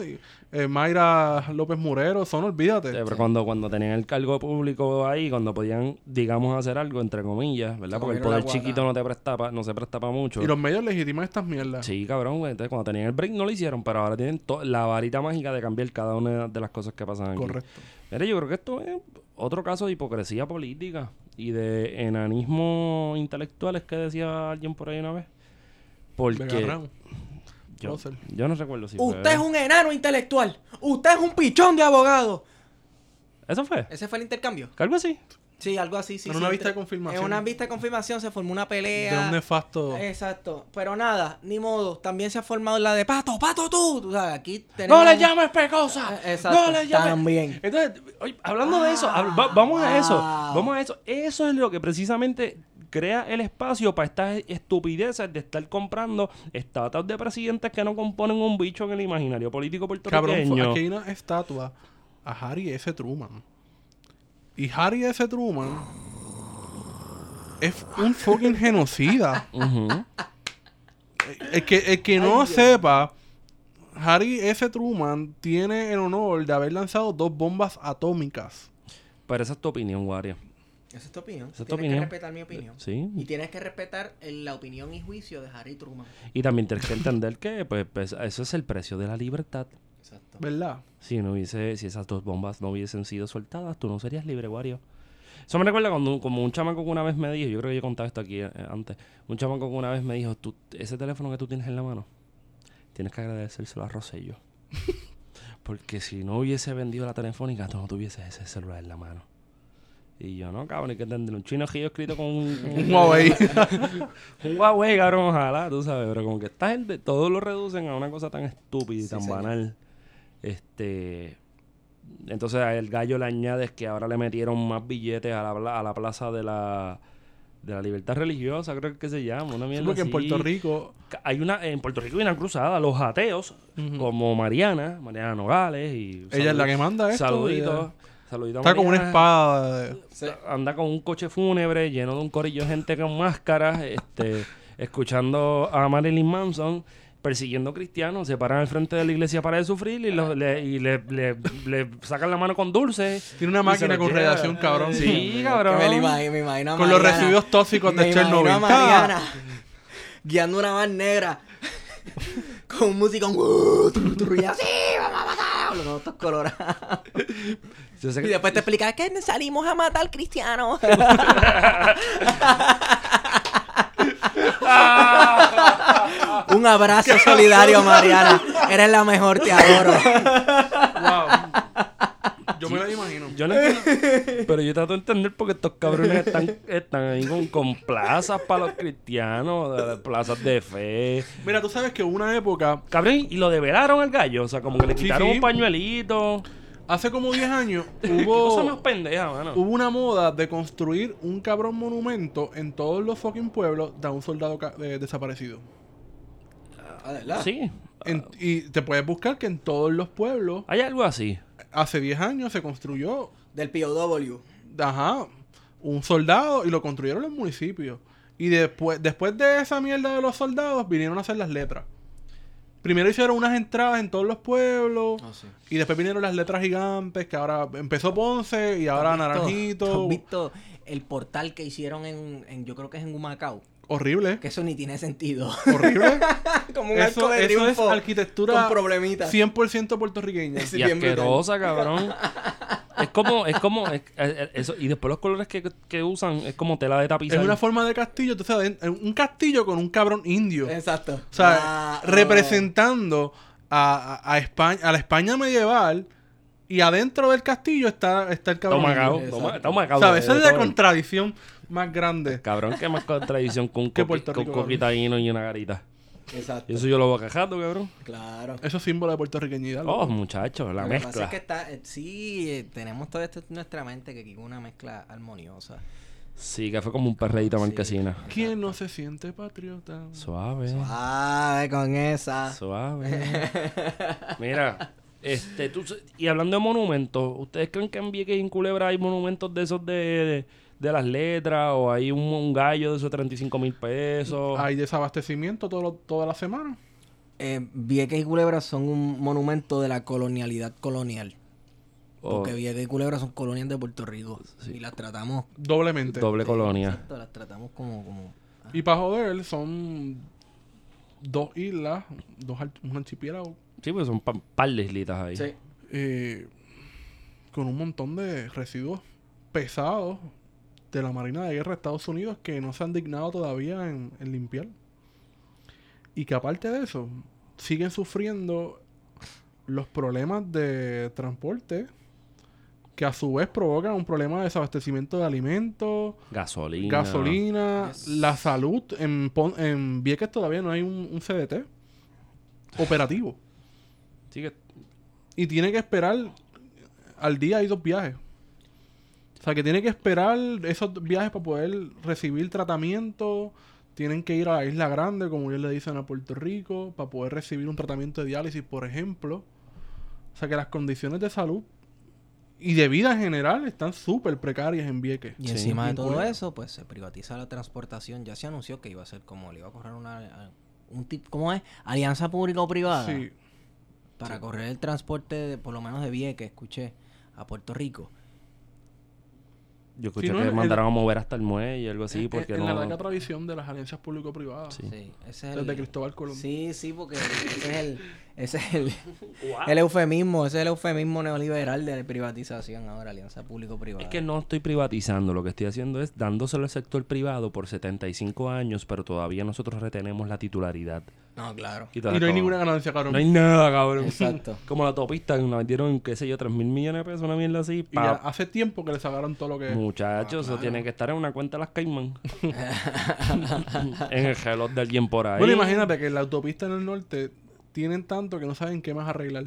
Speaker 2: eh, Mayra López Murero, son, olvídate.
Speaker 1: eh, Pero cuando, cuando tenían el cargo público ahí, cuando podían, digamos, hacer algo, entre comillas, ¿verdad?
Speaker 3: Se
Speaker 1: Porque el
Speaker 3: comieron la
Speaker 1: poder chiquito no te presta pa- no se presta para mucho.
Speaker 2: Y los medios legitiman estas mierdas.
Speaker 1: Sí, cabrón, güey. Entonces, cuando tenían el break no lo hicieron, pero ahora tienen to- la varita mágica de cambiar cada una de las cosas que pasan aquí.
Speaker 2: Correcto.
Speaker 1: Mira, yo creo que esto es otro caso de hipocresía política y de enanismo intelectual, es que decía alguien por ahí una vez.
Speaker 2: Vega
Speaker 1: Porque
Speaker 2: Ramos.
Speaker 1: yo,
Speaker 2: Russell.
Speaker 1: yo no recuerdo si fue-
Speaker 3: Usted es un enano intelectual. Usted es un pichón de abogado.
Speaker 1: ¿Eso fue?
Speaker 3: Ese fue el intercambio.
Speaker 1: ¿Algo así?
Speaker 3: Sí, algo así, sí.
Speaker 2: En
Speaker 3: sí,
Speaker 2: una
Speaker 3: te-
Speaker 2: vista de confirmación.
Speaker 3: En una vista de confirmación se formó una
Speaker 2: De
Speaker 3: pelea.
Speaker 2: un nefasto.
Speaker 3: Exacto. Pero nada, ni modo. También se ha formado la de pato, pato tú. Tú sabes, aquí tenemos.
Speaker 1: ¡No le llames pecosa!
Speaker 3: Eh, exacto,
Speaker 1: ¡No le llames!
Speaker 3: también.
Speaker 1: Entonces, oye, hablando de eso, hab- va- vamos a eso. Vamos a eso. Eso es lo que precisamente crea el espacio para estas estupideces de estar comprando estatuas de presidentes que no componen un bicho en el imaginario político
Speaker 2: Cabrón,
Speaker 1: puertorriqueño.
Speaker 2: fue- aquí hay una estatua a Harry S. Truman. Y Harry S. Truman es un fucking genocida.
Speaker 1: Ujú.
Speaker 2: El que, el que no sepa, Harry S. Truman tiene el honor de haber lanzado dos bombas atómicas.
Speaker 1: Pero esa es tu opinión, Wario.
Speaker 3: Esa es tu opinión.
Speaker 1: Esa es tu
Speaker 3: tienes
Speaker 1: opinión.
Speaker 3: que respetar mi opinión.
Speaker 1: Sí.
Speaker 3: Y tienes que respetar el- la opinión y juicio de Harry Truman.
Speaker 1: Y también tienes que entender que pues, pues, eso es el precio de la libertad.
Speaker 3: Exacto.
Speaker 2: ¿Verdad?
Speaker 1: Si no hubiese, si esas dos bombas no hubiesen sido soltadas, tú no serías libre, Wario. Eso me recuerda cuando un- como un chamaco que una vez me dijo, yo creo que yo contaba esto aquí eh, antes, un chamaco que una vez me dijo, tú, ese teléfono que tú tienes en la mano, tienes que agradecérselo a Rosello. Porque si no hubiese vendido la telefónica, tú no tuvieses ese celular en la mano. Y yo, no, cabrón, hay que entender, un chino que yo escrito con un,
Speaker 2: Un Huawei.
Speaker 1: un Huawei, cabrón, ojalá, tú sabes, pero como que esta gente, todo lo reducen a una cosa tan estúpida y
Speaker 3: Sí,
Speaker 1: tan
Speaker 3: señor.
Speaker 1: banal. Este. Entonces al gallo le añades que ahora le metieron más billetes a la, pla- a la plaza de la. De la libertad religiosa, creo que se llama. Una mierda
Speaker 2: Porque en
Speaker 1: así.
Speaker 2: Puerto Rico
Speaker 1: Ca- Hay una, en Puerto Rico hay una cruzada, los ateos, como Mariana, Mariana Nogales y.
Speaker 2: Ella es la que manda esto,
Speaker 1: Saluditos.
Speaker 2: ella-
Speaker 1: Saluditos a
Speaker 2: está con una
Speaker 1: Mariana.
Speaker 2: espada. de-
Speaker 1: Anda con un coche fúnebre lleno de un corillo de gente con máscaras, este, escuchando a Marilyn Manson, persiguiendo cristianos, se paran al frente de la iglesia para de sufrir y, los- le, y le- le- le sacan la mano con dulce.
Speaker 2: Tiene una
Speaker 1: y se los
Speaker 2: máquina con
Speaker 1: lleva.
Speaker 2: radiación, cabrón.
Speaker 1: Sí,
Speaker 3: Que
Speaker 1: cabrón.
Speaker 3: Me, lo imagino, me imagino a
Speaker 2: Con los
Speaker 3: Mariana.
Speaker 2: residuos tóxicos de Ah.
Speaker 3: Me imagino a
Speaker 2: Chernobyl.
Speaker 3: Mariana guiando una van negra. con música un "Uh, tru, tru", y así vamos a matar los otros colorados
Speaker 1: Yo sé
Speaker 3: y
Speaker 1: que-
Speaker 3: después te explica que salimos a matar al cristiano
Speaker 1: ¡Ah!
Speaker 3: un abrazo solidario Mariana eres la mejor te adoro
Speaker 2: Wow. Yo me lo imagino.
Speaker 1: Yo no entiendo- Pero yo trato de entender porque estos cabrones están, están ahí con, con plazas para los cristianos, de- de plazas de fe.
Speaker 2: Mira, tú sabes que hubo una época,
Speaker 1: Cabrón, y lo develaron al gallo. O sea, como que le
Speaker 2: Sí,
Speaker 1: quitaron
Speaker 2: sí.
Speaker 1: un pañuelito.
Speaker 2: hace como 10 años,
Speaker 1: Qué cosa más
Speaker 2: hubo,
Speaker 1: pendeja, mano.
Speaker 2: hubo una moda de construir un cabrón monumento en todos los fucking pueblos de un soldado ca- eh, desaparecido.
Speaker 1: Sí.
Speaker 2: En- y te puedes buscar que en todos los pueblos,
Speaker 1: Hay algo así.
Speaker 2: hace 10 años se construyó
Speaker 3: del POW
Speaker 2: Ajá. Un soldado y lo construyeron los municipios. Y después, después de esa mierda de los soldados, vinieron a hacer las letras. Primero hicieron unas entradas en todos los pueblos.
Speaker 3: Ah, sí.
Speaker 2: Y después vinieron las letras gigantes, que ahora empezó Ponce y ahora
Speaker 3: ¿Tú has visto- tú
Speaker 2: Naranjito.
Speaker 3: has visto el portal que hicieron en, en- yo creo que es en Humacao?
Speaker 2: Horrible.
Speaker 3: Que eso ni tiene sentido.
Speaker 2: Horrible.
Speaker 3: Como un
Speaker 2: eso
Speaker 3: arco
Speaker 2: eso
Speaker 3: de
Speaker 2: es
Speaker 3: triunfo
Speaker 2: arquitectura
Speaker 3: con problemitas.
Speaker 2: 100% puertorriqueña.
Speaker 3: Sí,
Speaker 1: y
Speaker 3: bien brutal.
Speaker 1: asquerosa, cabrón. Es como, es como, es- es- eso, y después los colores que, que usan es como tela de
Speaker 2: Es
Speaker 1: tapizar.
Speaker 2: una forma de castillo. Entonces, aden- un castillo con un cabrón indio.
Speaker 3: Exacto. Ah,
Speaker 2: O sea, representando a, a- a España, a la España medieval y adentro del castillo está, está el cabrón.
Speaker 1: Toma, cabrón.
Speaker 3: Exacto.
Speaker 1: Toma, toma,
Speaker 2: O
Speaker 1: cabrón.
Speaker 2: sea, esa es la
Speaker 1: Todo.
Speaker 2: contradicción más grande.
Speaker 1: Cabrón, que más contradicción con un
Speaker 2: Que
Speaker 1: coqui-
Speaker 2: Puerto
Speaker 1: con
Speaker 2: Rico, cabrón.
Speaker 1: coquitaíno y una garita.
Speaker 3: Exacto.
Speaker 1: Eso yo lo voy cajando, cabrón.
Speaker 3: Claro.
Speaker 2: Eso es símbolo de puertorriqueñidad.
Speaker 1: Oh, muchachos, la
Speaker 3: Lo que pasa
Speaker 1: mezcla.
Speaker 3: es que está, eh, sí, eh, tenemos todo esto en nuestra mente que aquí con una mezcla armoniosa.
Speaker 1: Sí, que fue como un perreíto
Speaker 3: Sí.
Speaker 1: marquesina.
Speaker 2: ¿Quién no se siente patriota?
Speaker 1: Suave.
Speaker 3: Ah, con esa.
Speaker 1: Suave. Mira, este, tú, s- y hablando de monumentos, ¿ustedes creen que en Vieques y en Culebra hay monumentos de esos de, de, de las letras o hay un, un gallo de esos 35 mil pesos?
Speaker 2: Hay desabastecimiento todo lo- toda la semana.
Speaker 3: Eh, Vieques y Culebra son un monumento de la colonialidad colonial.
Speaker 1: O
Speaker 3: Porque Vieques y Culebra son colonias de Puerto Rico. Y las tratamos
Speaker 2: Doblemente.
Speaker 1: doble colonia.
Speaker 3: Exacto, las tratamos como, como...
Speaker 2: Y para joder, son dos islas, dos ar- un archipiélago,
Speaker 1: Sí, pues son un par de islitas ahí.
Speaker 2: eh, con un montón de residuos pesados de la Marina de Guerra de Estados Unidos que no se han dignado todavía en, en limpiar. Y que aparte de eso, siguen sufriendo los problemas de transporte que a su vez provocan un problema de desabastecimiento de alimentos,
Speaker 1: Gasolina.
Speaker 2: gasolina,
Speaker 3: Yes.
Speaker 2: la salud. En, Pon- en Vieques todavía no hay un, un CDT operativo.
Speaker 1: Sí, que-
Speaker 2: Y tiene que esperar. Al día hay dos viajes. O sea, que tiene que esperar esos dos viajes para poder recibir tratamiento. Tienen que ir a la Isla Grande, como ellos le dicen a Puerto Rico, para poder recibir un tratamiento de diálisis, por ejemplo. O sea, que las condiciones de salud y de vida en general están súper precarias en Vieques.
Speaker 3: Y
Speaker 1: Sí,
Speaker 3: encima de
Speaker 2: bien
Speaker 3: todo
Speaker 2: culero.
Speaker 3: eso, pues se privatiza la transportación. Ya se anunció que iba a ser como, le iba a correr una... a- Un tip, ¿Cómo es? Alianza público-privada.
Speaker 2: Sí.
Speaker 3: Para correr el transporte, de- por lo menos de Vieques, escuché, a Puerto Rico.
Speaker 1: yo escuché
Speaker 2: Sí, no,
Speaker 1: que
Speaker 2: en-
Speaker 1: mandaron a mover hasta el muelle, algo así,
Speaker 2: En-
Speaker 1: porque
Speaker 2: en
Speaker 1: no.
Speaker 2: la larga tradición de las alianzas público-privadas.
Speaker 1: Sí.
Speaker 3: Sí, ese es el...
Speaker 2: Desde Cristóbal Colón.
Speaker 3: Sí, sí, porque ese es el... Ese es el, el eufemismo, ese es el eufemismo neoliberal de la privatización ahora, alianza público-privada.
Speaker 1: Es que no estoy privatizando, lo que estoy haciendo es dándoselo al sector privado por 75 años, pero todavía nosotros retenemos la titularidad.
Speaker 3: No, claro.
Speaker 1: Y,
Speaker 2: Y no
Speaker 1: todavía
Speaker 2: hay
Speaker 1: como-
Speaker 2: ninguna ganancia, cabrón.
Speaker 1: No hay nada, cabrón.
Speaker 3: Exacto.
Speaker 1: Como la autopista, que nos vendieron, en, qué sé yo, 3 mil millones de pesos, una mierda así.
Speaker 2: Y ya ah, eh.
Speaker 1: pa-
Speaker 2: hace tiempo que le sacaron todo lo que...
Speaker 1: Muchachos, eso tiene que estar en una cuenta de las Caimán. en el reloj de alguien por ahí.
Speaker 2: Bueno, imagínate que la autopista en el norte tienen tanto que no saben qué más arreglar.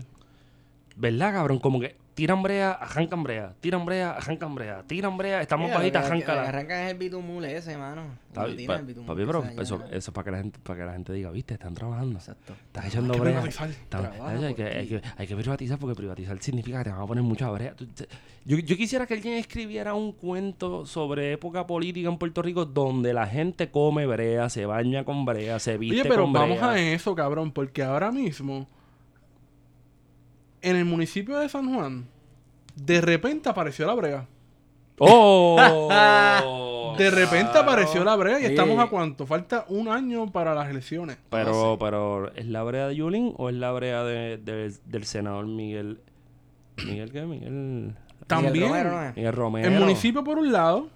Speaker 1: ¿Verdad, cabrón? Como que tiran brea, arrancan brea, tiran brea, arrancan brea, tiran brea, estamos
Speaker 2: Eh,
Speaker 3: Mira, lo
Speaker 1: bajitas,
Speaker 3: que- lo que
Speaker 1: arráncala.
Speaker 3: Arrancan es el bitumule ese, mano.
Speaker 1: Está
Speaker 3: Lo
Speaker 1: bien,
Speaker 3: tiran
Speaker 1: pa-
Speaker 3: el bitumule,
Speaker 1: papi, pero
Speaker 3: esa
Speaker 1: eso,
Speaker 3: llana.
Speaker 1: eso es para que la gente, para que la gente diga, viste, están trabajando.
Speaker 3: Exacto.
Speaker 1: Estás echando
Speaker 2: que
Speaker 1: brea.
Speaker 2: privatizar.
Speaker 1: Está-
Speaker 3: Trabaja
Speaker 1: hay, que,
Speaker 3: por
Speaker 1: hay
Speaker 3: ti.
Speaker 1: que- hay que privatizar porque privatizar significa que te van a poner mucha brea. Tú- te- Yo, yo quisiera que alguien escribiera un cuento sobre época política en Puerto Rico donde la gente come brea, se baña con brea, se viste
Speaker 2: Oye, pero
Speaker 1: con brea.
Speaker 2: vamos a eso, cabrón, porque ahora mismo en el municipio de San Juan de repente apareció la brega.
Speaker 1: ¡Oh!
Speaker 2: De repente
Speaker 1: Claro.
Speaker 2: apareció la brea y
Speaker 3: Sí.
Speaker 2: estamos a cuánto? Falta un año para las elecciones.
Speaker 1: Pero, pero, ¿es la brea de Yulín o es la brea de, de- del senador Miguel. ¿Miguel qué? Miguel.
Speaker 2: También
Speaker 3: Romero, ¿no es?
Speaker 1: Miguel Romero.
Speaker 2: el municipio por un lado,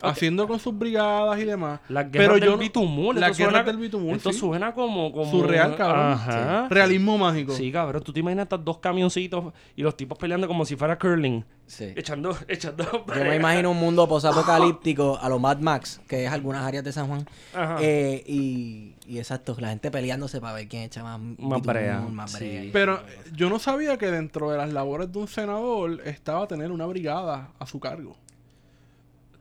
Speaker 2: haciendo con sus brigadas y demás.
Speaker 1: Las guerras
Speaker 2: pero
Speaker 1: del
Speaker 2: yo no-
Speaker 1: bitumul.
Speaker 2: las
Speaker 1: esto
Speaker 2: guerras
Speaker 1: suena-
Speaker 2: del bitumul,
Speaker 1: Esto
Speaker 2: sí.
Speaker 1: suena como, como...
Speaker 2: Surreal, cabrón.
Speaker 1: Ajá.
Speaker 2: Realismo mágico.
Speaker 1: Sí, cabrón. Tú te imaginas estos dos camioncitos y los tipos peleando como si fuera curling.
Speaker 3: Sí.
Speaker 1: Echando, echando...
Speaker 3: Yo me imagino un mundo posapocalíptico a lo Mad Max, que es algunas áreas de San Juan.
Speaker 1: Ajá.
Speaker 3: Eh, y, y exacto, la gente peleándose para ver quién echa más, bitumul,
Speaker 1: brea,
Speaker 3: más
Speaker 1: sí.
Speaker 3: brea y eso.
Speaker 2: Pero eh, yo no sabía que dentro de las labores de un senador estaba tener una brigada a su cargo.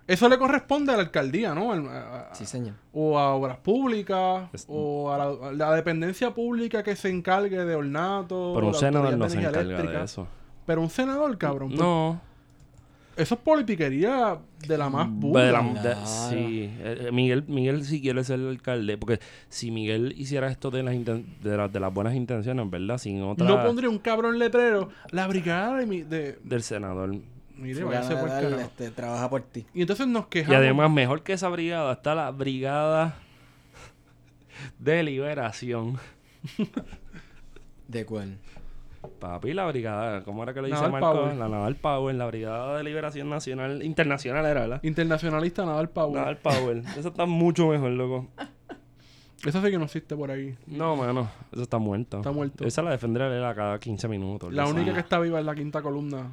Speaker 2: Eso le corresponde a la alcaldía, ¿no? Al- a- a-
Speaker 3: Sí, señor.
Speaker 2: o a obras públicas,
Speaker 1: Es-
Speaker 2: o a la, a la dependencia pública que se encargue de ornato.
Speaker 1: Pero un
Speaker 2: la
Speaker 1: senador
Speaker 2: Autoridad
Speaker 1: no
Speaker 2: de
Speaker 1: se
Speaker 2: Energía
Speaker 1: encarga
Speaker 2: Eléctrica.
Speaker 1: de eso.
Speaker 2: Pero un senador, cabrón.
Speaker 1: No.
Speaker 2: Eso es politiquería de la más burda.
Speaker 1: de la- um, de-
Speaker 3: claro.
Speaker 1: sí. Eh, eh, Miguel, Miguel si quiere ser el alcalde. Porque si Miguel hiciera esto de las, inten- de, las- de las buenas intenciones, ¿verdad? Sin otra...
Speaker 2: No pondría un cabrón letrero. La brigada de... mi- de
Speaker 1: Del senador.
Speaker 2: mire,
Speaker 3: Fulano
Speaker 2: váyase
Speaker 3: de
Speaker 2: por
Speaker 3: tal,
Speaker 2: carajo.
Speaker 3: este, trabaja por ti.
Speaker 2: Y entonces nos
Speaker 1: Y
Speaker 2: quejamos.
Speaker 1: además, mejor que esa brigada, está la brigada de liberación.
Speaker 3: ¿De Pues, cuál?
Speaker 1: Papi, la brigada, ¿cómo era que le dice
Speaker 2: Naval
Speaker 1: Marco?
Speaker 2: Power.
Speaker 1: La Naval Power, la brigada de liberación nacional, internacional era, ¿verdad?
Speaker 2: Internacionalista Nadal Power.
Speaker 1: Naval Power. Eso está mucho mejor, loco.
Speaker 2: Eso sí que no existe por ahí.
Speaker 1: No, mano, eso está muerto.
Speaker 2: Está muerto.
Speaker 1: Esa la defenderá era cada 15 minutos.
Speaker 2: La
Speaker 1: yo
Speaker 2: única
Speaker 1: sé.
Speaker 2: que está viva es la quinta columna.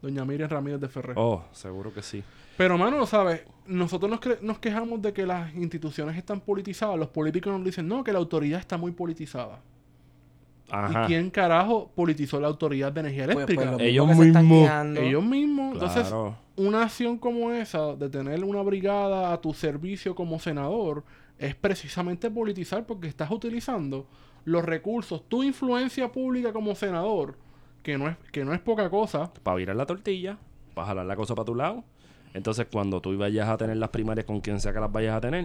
Speaker 2: Doña Miriam Ramírez de Ferrer.
Speaker 1: Oh, seguro que sí.
Speaker 2: Pero, mano, ¿sabes? Nosotros nos, cre- nos quejamos de que las instituciones están politizadas. Los políticos nos dicen, no, que la autoridad está muy politizada.
Speaker 1: Ajá.
Speaker 2: ¿Y quién carajo politizó la autoridad de energía
Speaker 3: Pues,
Speaker 2: eléctrica?
Speaker 3: pues, lo
Speaker 1: Ellos
Speaker 3: mismo que se están
Speaker 1: mismos.
Speaker 3: quejando.
Speaker 2: Ellos mismos. Entonces,
Speaker 1: Claro.
Speaker 2: una acción como esa, de tener una brigada a tu servicio como senador, es precisamente politizar porque estás utilizando los recursos, tu influencia pública como senador, que no es, que no es poca cosa,
Speaker 1: Para virar la tortilla, para jalar la cosa para tu lado. Entonces, cuando tú vayas a tener las primarias con quien sea que las vayas a tener,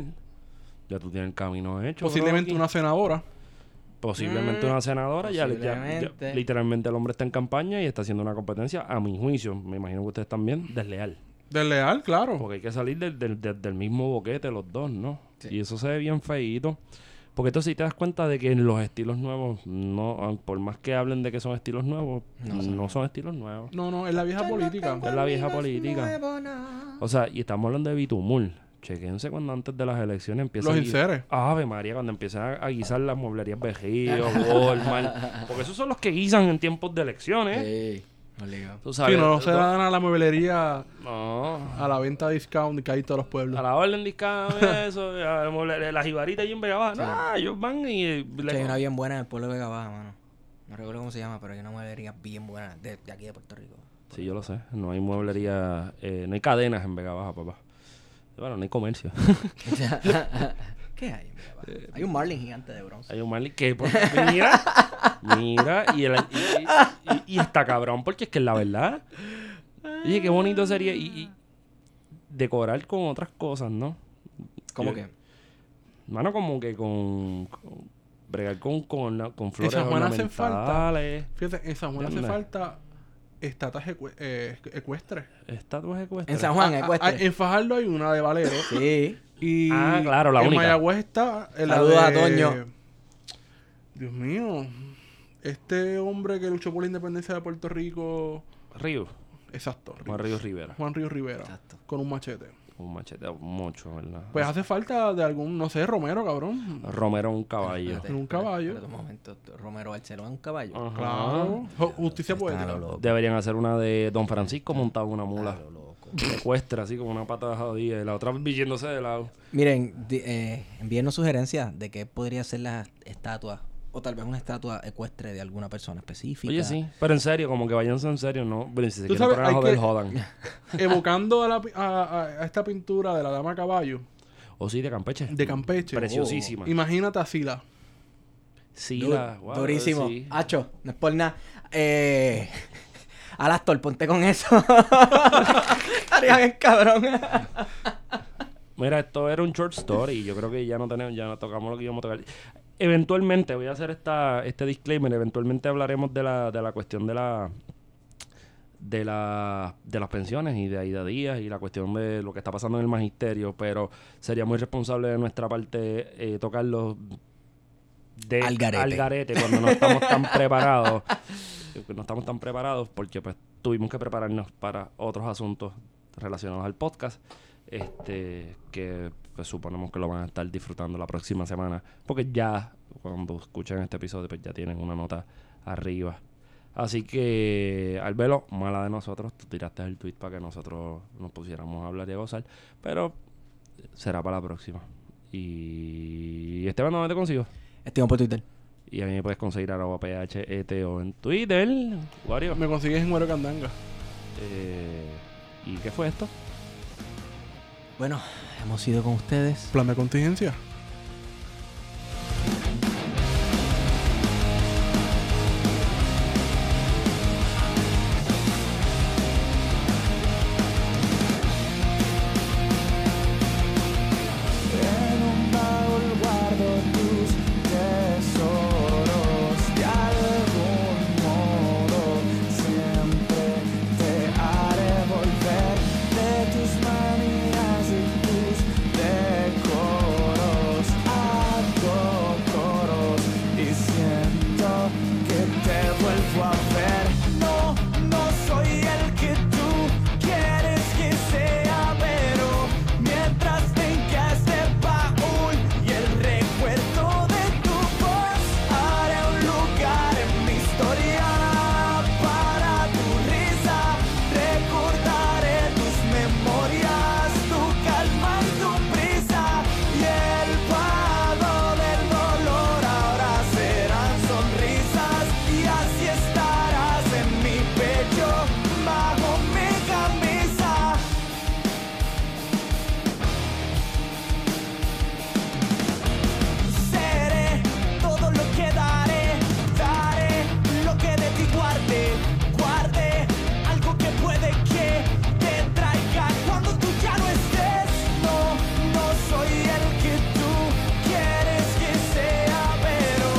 Speaker 1: ya tú tienes el camino hecho. bro,
Speaker 2: posiblemente
Speaker 1: aquí.
Speaker 2: una senadora.
Speaker 1: Posiblemente
Speaker 3: Mm,
Speaker 1: una senadora, ya, ya- ya-
Speaker 3: posiblemente.
Speaker 1: literalmente el hombre está en campaña y está haciendo una competencia, a mi juicio, me imagino que ustedes también, desleal.
Speaker 2: Desleal, claro.
Speaker 1: Porque hay que salir del, del- del- del mismo boquete los dos, ¿no?
Speaker 3: Sí.
Speaker 1: Y eso se ve bien feíto. Porque entonces si te das cuenta de que en los estilos nuevos, no, ah, por más que hablen de que son estilos nuevos, no, son estilos nuevos.
Speaker 2: No, no, es la vieja política.
Speaker 1: Es la vieja política. O sea, y estamos hablando de bitumul. Chequense cuando antes de las elecciones empiezan
Speaker 2: Los
Speaker 1: a gui-
Speaker 2: enseres.
Speaker 1: Ave María, cuando empiezan a- a guisar las mueblerías Bejío, Walmart. Porque esos son los que guisan en tiempos de elecciones.
Speaker 2: ¿Eh?
Speaker 3: Sí, obligado.
Speaker 1: Tú
Speaker 2: Si
Speaker 1: sabes.
Speaker 2: no, no se
Speaker 1: lo-
Speaker 2: dan a la mueblería
Speaker 1: no.
Speaker 2: a la venta discount que hay en todos los pueblos.
Speaker 1: A la orden de Iscame, eso, a la mueblería- la jibarita allí en Vega Baja. No, ellos van y. eh,
Speaker 3: Sí, hay
Speaker 1: le-
Speaker 3: una bien buena en el pueblo de Vega Baja, mano. No recuerdo cómo se llama, pero hay una mueblería bien buena de, de aquí de Puerto Rico.
Speaker 1: Sí, yo lo sé. No hay mueblería. eh, no hay cadenas en Vega Baja, papá. Bueno, no hay comercio.
Speaker 3: O sea, ¿Qué hay en Vega Baja?
Speaker 2: Eh,
Speaker 3: Hay un Marlin gigante de bronce.
Speaker 1: Hay un Marley que. por- mira, mira, y, el- y- y- y está cabrón, porque es que la verdad. Oye, qué bonito sería. Y, y decorar con otras cosas, ¿no?
Speaker 3: ¿Cómo
Speaker 1: Yo-
Speaker 2: Eh,
Speaker 3: que?
Speaker 1: Mano, como que con. con- bregar con, con, la- con flores
Speaker 2: Esas buenas hacen falta.
Speaker 1: ornamentales,
Speaker 2: Fíjate, en San Juan hace
Speaker 1: Anda.
Speaker 2: falta estatuas ecue- eh, ecuestres.
Speaker 1: estatuas ecuestres.
Speaker 3: En San Juan,
Speaker 2: Ah, ah,
Speaker 3: ecuestre.
Speaker 2: ah, en Fajardo hay una de Valero.
Speaker 3: Sí.
Speaker 2: Y
Speaker 1: Ah, claro, la
Speaker 2: en
Speaker 1: única.
Speaker 2: Mayagüez está. en la
Speaker 3: Saludos a
Speaker 2: de-
Speaker 3: Toño.
Speaker 2: Dios mío. Este hombre que luchó por la independencia de Puerto Rico.
Speaker 1: Río.
Speaker 2: Exacto. Ríos.
Speaker 1: Juan Río Rivera.
Speaker 2: Juan Río Rivera.
Speaker 3: Exacto.
Speaker 2: Con un machete.
Speaker 1: Un machete mucho, ¿verdad?
Speaker 2: Pues hace falta de algún, no sé, Romero, cabrón.
Speaker 1: Romero un caballo.
Speaker 3: Espérate,
Speaker 2: En un
Speaker 3: espérate,
Speaker 2: caballo.
Speaker 3: espérate un momento. Romero Barceló es un caballo.
Speaker 1: Ajá.
Speaker 2: Claro. Ju- Justicia
Speaker 3: Están a
Speaker 2: poética.
Speaker 3: lo loco.
Speaker 1: Deberían hacer una de Don Francisco montado en una
Speaker 3: a
Speaker 1: mula.
Speaker 3: lo loco.
Speaker 1: Secuestra así como una pata jodida y la otra villéndose de lado.
Speaker 3: Miren, di- eh, envíenos sugerencias de qué podría ser la estatua. O tal vez una estatua ecuestre de alguna persona específica.
Speaker 1: Oye, sí. Pero en serio, como que váyanse en serio, ¿no? Bueno, si se
Speaker 2: Tú
Speaker 1: quieren
Speaker 2: sabes,
Speaker 1: poner a
Speaker 2: hay
Speaker 1: joder,
Speaker 2: que-
Speaker 1: jodan.
Speaker 2: Evocando a, la pi- a- a- a esta pintura de la dama caballo
Speaker 1: O sí, de Campeche.
Speaker 2: de Campeche. Oh.
Speaker 1: Preciosísima.
Speaker 2: Imagínate a Sila.
Speaker 1: Sí,
Speaker 3: Du-
Speaker 1: la- wow,
Speaker 3: durísimo.
Speaker 1: sí.
Speaker 3: Hacho, no es por nada. Eh, Alastor, ponte con eso. Estaría bien cabrón.
Speaker 1: Mira, esto era un short story. Yo creo que ya no tenemos, ya no tocamos lo que íbamos a tocar. Eventualmente, voy a hacer esta, este disclaimer, eventualmente hablaremos de la, de la cuestión de la de, la- de las pensiones y de Aida Díaz y la cuestión de lo que está pasando en el magisterio, pero sería muy responsable de nuestra parte eh, tocarlo de
Speaker 3: Al garete.
Speaker 1: garete cuando no estamos tan preparados. No estamos tan preparados porque pues tuvimos que prepararnos para otros asuntos relacionados al podcast este que pues, suponemos que lo van a estar disfrutando la próxima semana porque ya cuando escuchen este episodio pues ya tienen una nota arriba así que al velo mala de nosotros tú tiraste el tweet para que nosotros nos pusiéramos a hablar y a gozar pero será para la próxima y Esteban ¿dónde te consigo?
Speaker 3: Esteban por Twitter.
Speaker 1: y a mí me puedes conseguir arroba PHETO en Twitter Wario
Speaker 2: Me consigues en Güero Candanga.
Speaker 1: Eh, ¿y qué fue esto?
Speaker 3: Bueno, hemos ido con ustedes.
Speaker 2: Plan de contingencia.
Speaker 4: En un baúl guardo tus tesoros, de algún modo siempre te haré volver de tus manías y tus decoros. Hago coros y siento que te vuelvo a ver. No, no soy el que tú quieres que sea, pero mientras tengas de baúl y el recuerdo de tu voz haré un lugar en mi historia para tu risa recordaré tus memorias tu calma y tu prisa y el pago del dolor ahora serán sonrisas y así estarás en mi pecho bajo mi camisa Seré todo lo que daré, daré lo que de ti guarde, guarde algo que puede que te traiga cuando tú ya no estés. No, no soy el que tú quieres que sea, pero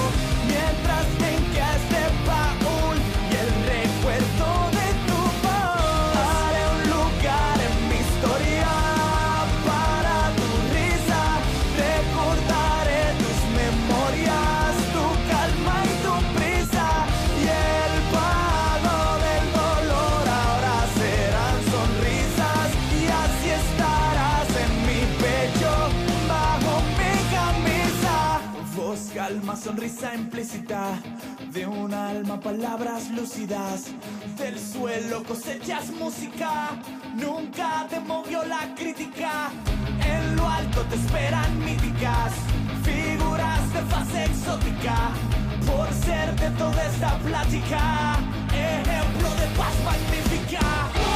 Speaker 4: mientras tengas este baúl y el recuerdo de tu voz, haré un lugar en mi historia para tu risa. Recordaré tus memorias, tu calma y tu prisa Y el pago del dolor ahora serán sonrisas Y así estarás en mi pecho, bajo mi camisa Voz, calma, sonrisa implícita De un alma, palabras lúcidas Del suelo cosechas música Nunca te movió la crítica en lo alto te esperan míticas figuras de fase exótica. Por ser de toda esta plática, ejemplo de paz magnífica.